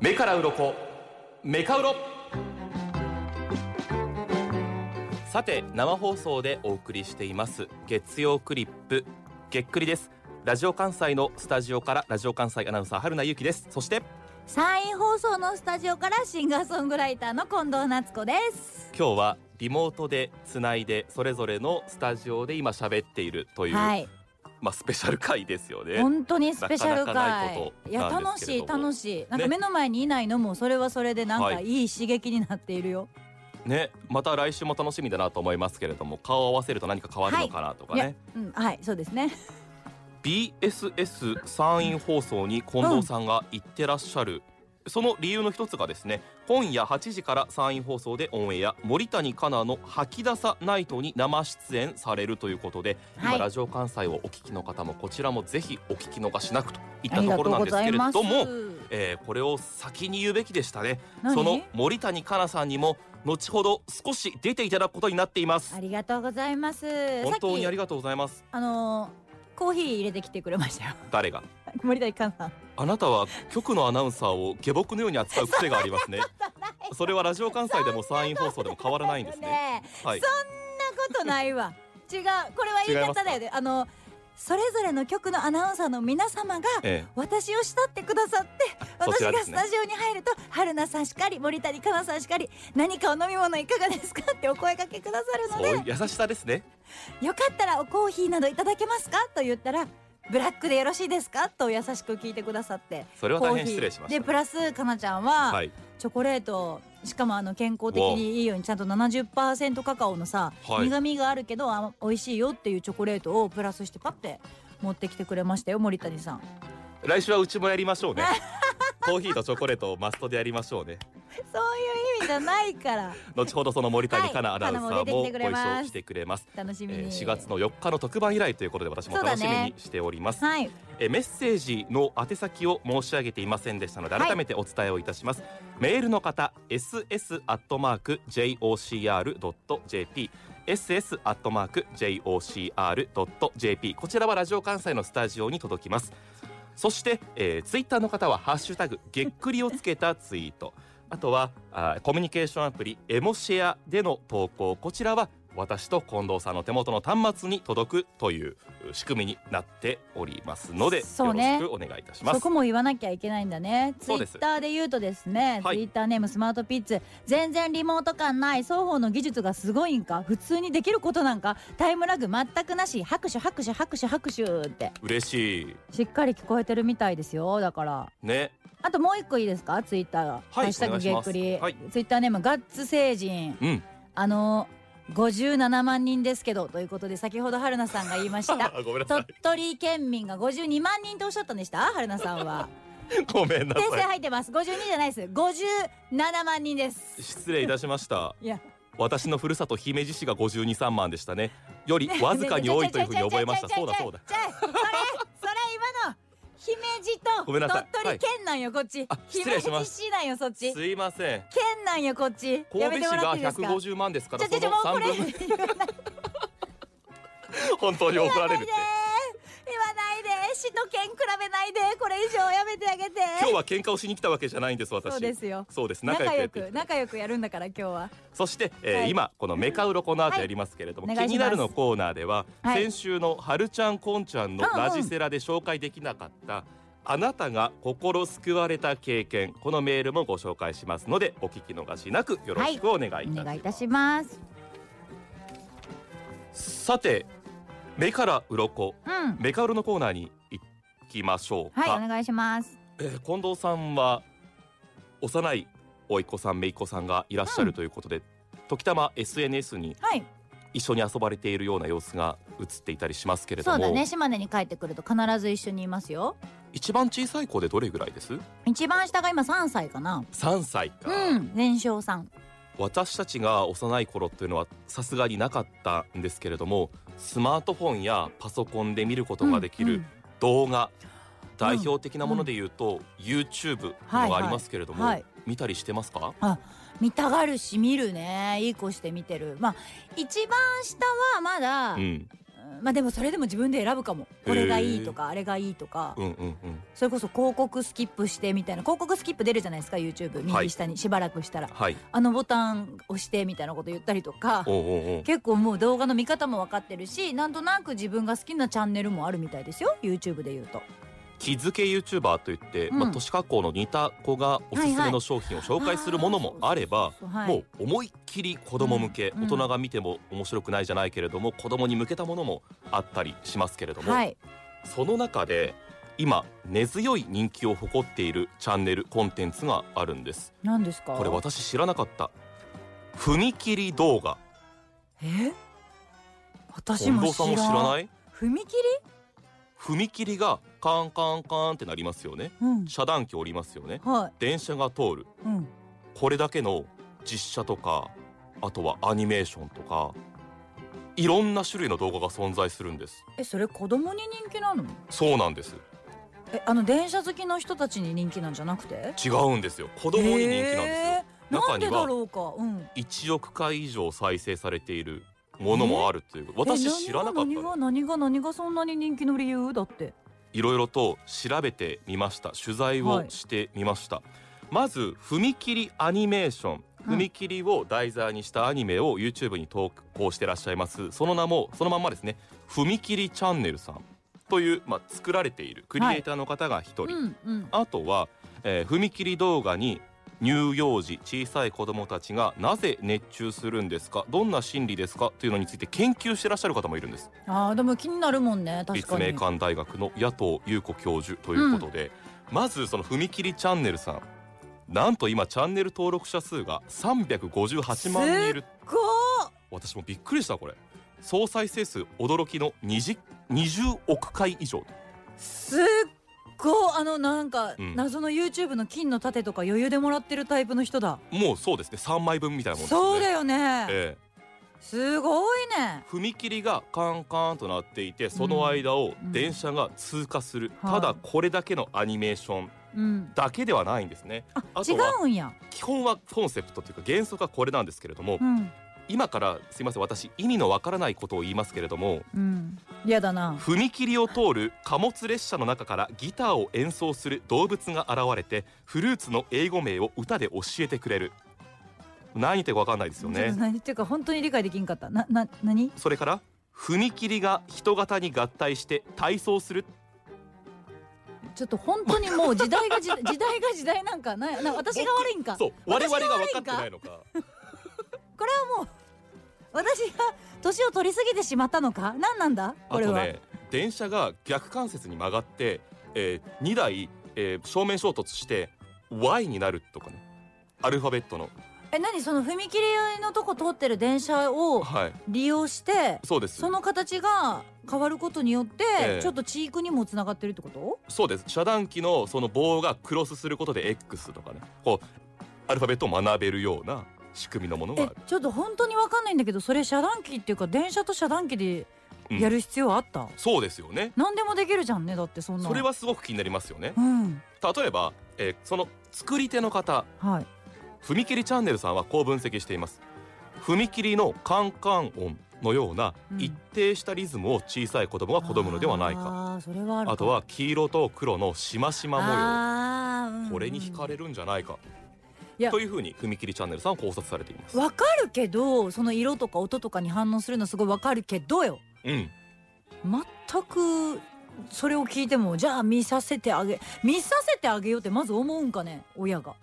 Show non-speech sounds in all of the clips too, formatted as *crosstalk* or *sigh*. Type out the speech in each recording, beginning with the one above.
目から鱗メカウロさて生放送でお送りしています月曜クリップ月っくりですラジオ関西のスタジオからラジオ関西アナウンサー春名由紀ですそして山陰放送のスタジオからシンガーソングライターの近藤夏子です今日はリモートでつないでそれぞれのスタジオで今喋っているという、はいまあスペシャル回ですよね本当にスペシャルなかなかない会こといやなん楽ですけしれいども楽しいなんかね目の前にいないのもそれはそれでなんはかいいい刺激になっているよ、ねまた来週も楽しみだなと思いますけれども顔を合わせると何か変わるのかなとかいね、やうんはいそうです *laughs* ね BSS 山陰放送に近藤さんが行ってらっしゃる、その理由の一つがですね今夜8時から山陰放送でオンエア森谷香奈の「吐き出さナイト」に生出演されるということで、は今いラジオ関西をお聞きの方もこちらもぜひお聞き逃しなくといっあたりとがことろうなんごですざけいれますども、えーこれを先に言うべきでしたね何その森谷香奈さんにも後ほど少し出ていただくことになっていますありがとうございます本当にありさっがとうございますきあのーコーヒー入れてきてくれましたよ *laughs* 誰が森田寛さんあなたは局のアナウンサーを下僕のように扱う癖があります *laughs* ね。それはラジオ関西でも山陰放送でも変わらないんですね。ねえはい。そんなことないわ *laughs* 違うこれは言い方だよねあのそれぞれの局のアナウンサーの皆様がえ私を慕ってくださってそ私ちらがですスねタジオに入ると、春菜さんしかり森谷香奈さんしかり何かお飲み物いかがですかってお声かけくださえ、るそういうの優しさですね。でよかったらおコーヒーなどいただけますかと言ったらブラックでよろしいですかと優しく聞いてくださってそれはコ大ー変ヒ失礼しーまでしプラスかなちゃんた。ははい。チョコレートしかもあの健康的にいいようにちゃんと70%カカオのさ、はい苦味があるけどあ美味しいよっていうチョコレートをプラスしてパッて持ってきてくれましたよ森谷さん来週はうちもやりましょう *laughs* ね。コーヒーとチョコレートをマストでやりましょうね。そういう意味じゃないから後ほどその森谷香奈アナウンサーもはいご香一奈も出てきてくれま緒すしてくれます。楽しみえに、ー4月の4日の特番以来ということで私も楽しみにしております。はいえーメッセージの宛先を申し上げていませんでしたのではい改めてお伝えをいたします、メールの方 ss.jocr.jp ss.jocr.jp こちらはラジオ関西のスタジオに届きますそして、えー、ツイッターの方は「ハッシュタグげっくり」をつけたツイートあとはあーコミュニケーションアプリエモシェアでの投稿こちらは私と近藤さんの手元の端末に届くというう仕組みになっておりますので、そうねよろしくお願いいたしまそすこも言わなきゃいけないんだねツイそうですッターで言うとですねはツいイッターネームスマートピッツ全然リモート感ない双方の技術がすごいんか普通にできることなんかタイムラグ全くなし拍手拍手拍手拍手って嬉しいしっかり聞こえてるみたいですよだからねあともう一個いいですかツイッターが「ハッシュタグお願いげしっますくり」はいツイッターネームガッツ星人うんあの57万人ですけどということで先ほど春菜さんが言いました *laughs* ごめんなさ鳥い取県民が52万人とおっしゃったんでした春菜 *laughs* さんはごめんな訂正さ入ってます52じゃないです57万人 *laughs* ですい失礼いたしましたいや私のふるさと姫路市が52、3万でしたねよりわずかに多いというふうに覚えま *laughs* したそうだそうだじゃあそれそれ今の姫路とごめんなさい鳥取県なんよこっちあ失姫礼しま路す市なんよそっちすいません県なんよこっちや神戸めて市もらっがていいですか150万ですからじゃそのあじゃあもうこれ3分の言わない *laughs* 本当に怒られるって言わないで市と県比べないでこれ以上やめてあげて今日は喧嘩をしに来たわけじゃないんです私そうですよそうです仲良仲くやってい良きくたい仲良くやるんだから今日はそして、えーはい今このメカウロこの後やりますけれども、はいお願気いしまになするのコーナーでは、はい先週のはるちゃんこんちゃんのラジセラで紹介できなかった、あなたが心救われた経験このメールもご紹介しますのでお聞き逃しなくよろしくお願いいたしおます,、願いいたしますさて目から鱗うんメカウロのコーナーに行きましょうか、はいお願いしますえー近藤さんは幼い甥っ子さん姪っ子さんがいらっしゃるということで、時たま SNS にはい一緒に遊ばれているような様子が映っていたりしますけれどそうも、だね島根に帰ってくると必ず一緒にいますよ一番小さい子でどれぐらいです一番下が今3歳かな3歳か、うん年少さん私たちが幼い頃っていうのはさすがになかったんですけれどもスマートフォンやパソコンで見ることができうるん動画、代表的なもので言うと、YouTube のがありますけれども、はいはい見たりしてますか見たがるし見るねいい子して見てるまあ一番下はまだ、うんまあでもそれでも自分で選ぶかもこれがいいとかあれがいいとか、うんうんうんそれこそ広告スキップしてみたいな広告スキップ出るじゃないですか YouTube はい右下にしばらくしたら、はいあのボタン押してみたいなこと言ったりとかおうおうおう結構もう動画の見方も分かってるしなんとなく自分が好きなチャンネルもあるみたいですよ YouTube で言うと気づけ YouTuber といって、うんまあ、都市加工の似た子がおすすめの商品を紹介するものもあれば、そうそうそうはいもう思いっきり子供向け、うんうん大人が見ても面白くないじゃないけれども子供に向けたものもあったりしますけれども、はいその中で今根強い人気を誇っているチャンネルコンテンツがあるんです何ですかこれ私知らなかった踏切動画え私近藤も知さらんも知らない踏切踏切がカンカンカンってなりますよねうん遮断機おりますよねは電車が通るいうんこれだけの実写とかあとはアニメーションとかいろんな種類の動画が存在するんですえそれ子供に人気なのそうなんですえあの電車好きの人たちに人気なんじゃなくて違うんですよ子供に人気なんですよへーな中んにではだろうかうん1億回以上再生されているものもあるというえ私知らなかった何のが何が何がそんなに人気の理由だっていろいろと調べてみました取材をしてみました、まず踏切アニメーションうん踏切を題材にしたアニメを YouTube に投稿してらっしゃいますその名もそのまんまですね踏切チャンネルさんという、まあ、作られているクリエイターの方が一人、うんうんあとは、えー踏切動画に乳幼児小さい子どもたちがなぜ熱中するんですかどんな心理ですかというのについて研究してらっしゃる方もいるんですあーでも気になるもんね確立か命に館大学の野党優子教授ということで、まずその踏切チャンネルさんなんと今チャンネル登録者数が358万人いるこ私もびっくりしたこれ総再生数驚きの 20, 20億回以上うすっごいあのなんか、うん謎の YouTube の金の盾とか余裕でもらってるタイプの人だもうそうですね3枚分みたいなもんですよねそうだよね、えすごいねえ踏切がカンカンとなっていてその間をうん電車が通過する、はたいだこれだけのアニメーションうんだけではないんですねああと違はうんや基本はコンセプトというか原則はこれなんですけれども、うん今からすいません私意味のわからないことを言いますけれどもうん嫌だな踏切を通る貨物列車の中からギターを演奏する動物が現れてフルーツの英語名を歌で教えてくれる何言ってるかわかんないですよちょっねと何言っていうか本当に理解できんかったなな何それから踏切が人型に合体して体操するちょっと本当にもう時 *laughs* 代が時時代が時代なんかなな私が悪いんかそう我私々が悪いがんか分かってないのか私が年を取りすぎてしまったのか何なんだあこれとは、ね電車が逆関節に曲がって、えー、2台、えー正面衝突して Y になるとかねアルファベットのえ何その踏切のとこ通ってる電車をはい利用してそうですその形が変わることによって、ええちょっと地域にもつながってるってことそうです遮断機のその棒がクロスすることで X とかねこうアルファベットを学べるような仕組みのものがあえるちょっと本当に分かんないんだけどそれ遮断機っていうか電車と遮断機でやる必要あった、そうですよね何でもできるじゃんねだってそんなのそれはすごく気になりますよねうん例えば、えーその作り手の方はい踏切チャンネルさんはこう分析しています踏切のカンカン音のようなうん一定したリズムを小さい子供が好むのではないか、あーそれはあるかあとは黄色と黒のしましま模あーうんうん様これに惹かれるんじゃないかいやというふうに踏切チャンネルさんは考察されていますわかるけどその色とか音とかに反応するのすごいわかるけどようん全くそれを聞いてもじゃあ見させてあげ見させてあげようってまず思うんかね親が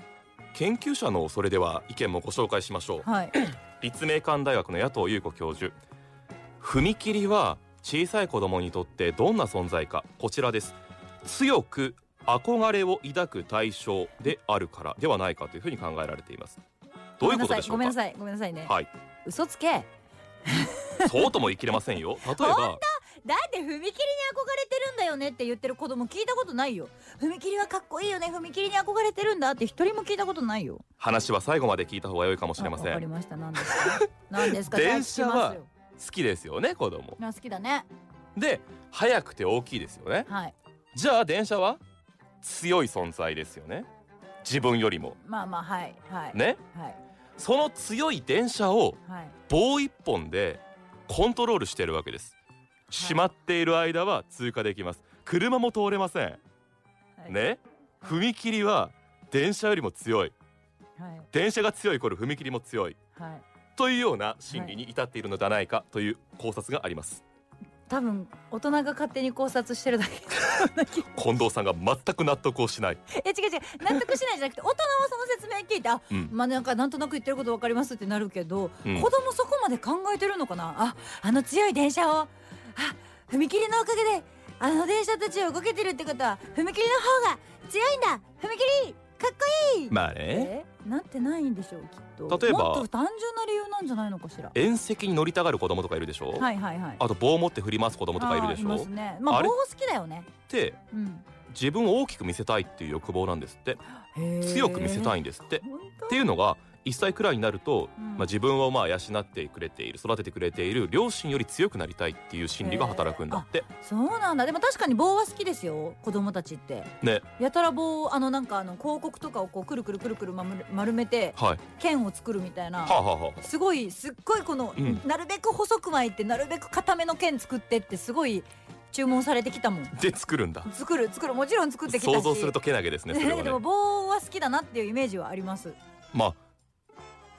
研究者のそれでは意見もご紹介しましょうはい立命館大学の野党優子教授踏切は小さい子供にとってどんな存在かこちらです強く憧れを抱く対象であるからではないかというふうに考えられていますどういうことでしょうごめんなかさいごめんなさいごめんなさはいね、い嘘つけだそうとも言い切れません *laughs* よ例えばって踏切に憧れてるんだよねって言ってる子供聞いたことないよ踏切はかっこいいよね踏切に憧れてるんだって一人も聞いたことないよ話は最後まで聞いた方が良いかもしれまあせわかんり好ました何ですか何ですか電車はじゃあ聞きますよきですよね子供あ好きだねで早くて大きいですよねはいじゃあ電車は強い存在ですよね自分よりもまあまあはいはい、ねはいその強い電車をはい棒一本でコントロールしてるわけです閉まっている間は通過できます車も通れませんはい、ね踏切は電車よりも強いはい電車が強いイコール踏切も強いはいというような心理に至っているのではないかという考察があります多分大人が勝手に考察してるだけ *laughs* 近藤さんが全く納得をしない、え違う違う納得しないじゃなくて大人はその説明聞いてあうんまあなんかなんとなく言ってることわかりますってなるけど、うん子供そこまで考えてるのかなああの強い電車をあ踏切のおかげであの電車たちを動けてるってことは踏切の方が強いんだ踏切かっこいい、まあねえなってないんでしょうきっと例えばもっと単純な理由なんじゃないのかしら縁石に乗りたがる子供とかいるでしょ、はいはいはいあと棒を持って振り回す子供とかいるでしょあーいますねまああれ棒好きだよねってうん自分を大きく見せたいっていう欲望なんですって強く見せたいんですってっ本当ていうのが1歳くらいになると、うんまあ、自分をまあ養ってくれている育ててくれている両親より強くなりたいっていう心理が働くんだって、そうなんだでも確かに棒は好きですよ子供たちってねやたら棒をあのなんかあの広告とかをこうくるくるくるくるまむ丸めてはい、剣を作るみたいな、はあ、はあはあすごいすっごいこの、うんなるべく細く巻いてなるべく固めの剣作ってってすごい注文されてきたもんで作るんだ作る作るもちろん作ってきたし想像するとけなげですねそれ *laughs* ではねも棒は好きだなっていうイメージはありますまあ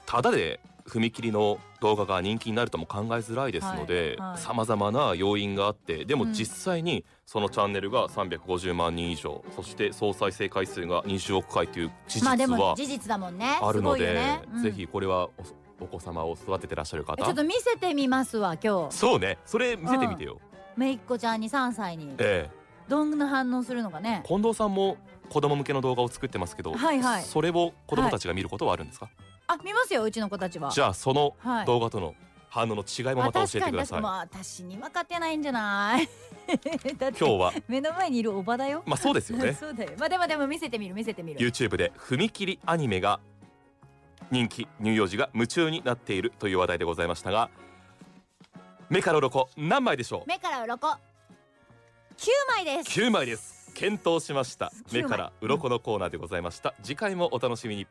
ただで踏切の動画が人気になるとも考えづらいですのではいはいさまざまな要因があってでうもん実際にそのチャンネルが350万人以上そして総再生回数が20億回という事実まあでもは事実だもんねあるのすごいよで、ねうんぜひこれはおお子様を育ててらっしゃるえちょ方っと見せてみますわ今日そうねそれ見せてみてよ、めいっ子ちゃんに3歳にええどんな反応するのかね近藤さんも子供向けの動画を作ってますけど、はいはいそれを子供たちが見ることはあるんですか、あ見ますようちの子たちはじゃあそのはい動画との反応の違いもまた教えてください、あ確かに確かにまあ私には勝てないんじゃない *laughs* だって今日 *laughs* は目の前にいるおばだよまあそうですよね *laughs* そうだよまあでもでも見せてみる見せてみる YouTube で踏切アニメが人気乳幼児が夢中になっているという話題でございましたが目から鱗何枚でしょう目から鱗九枚です9枚です検討しました9枚目から鱗のコーナーでございました次回もお楽しみに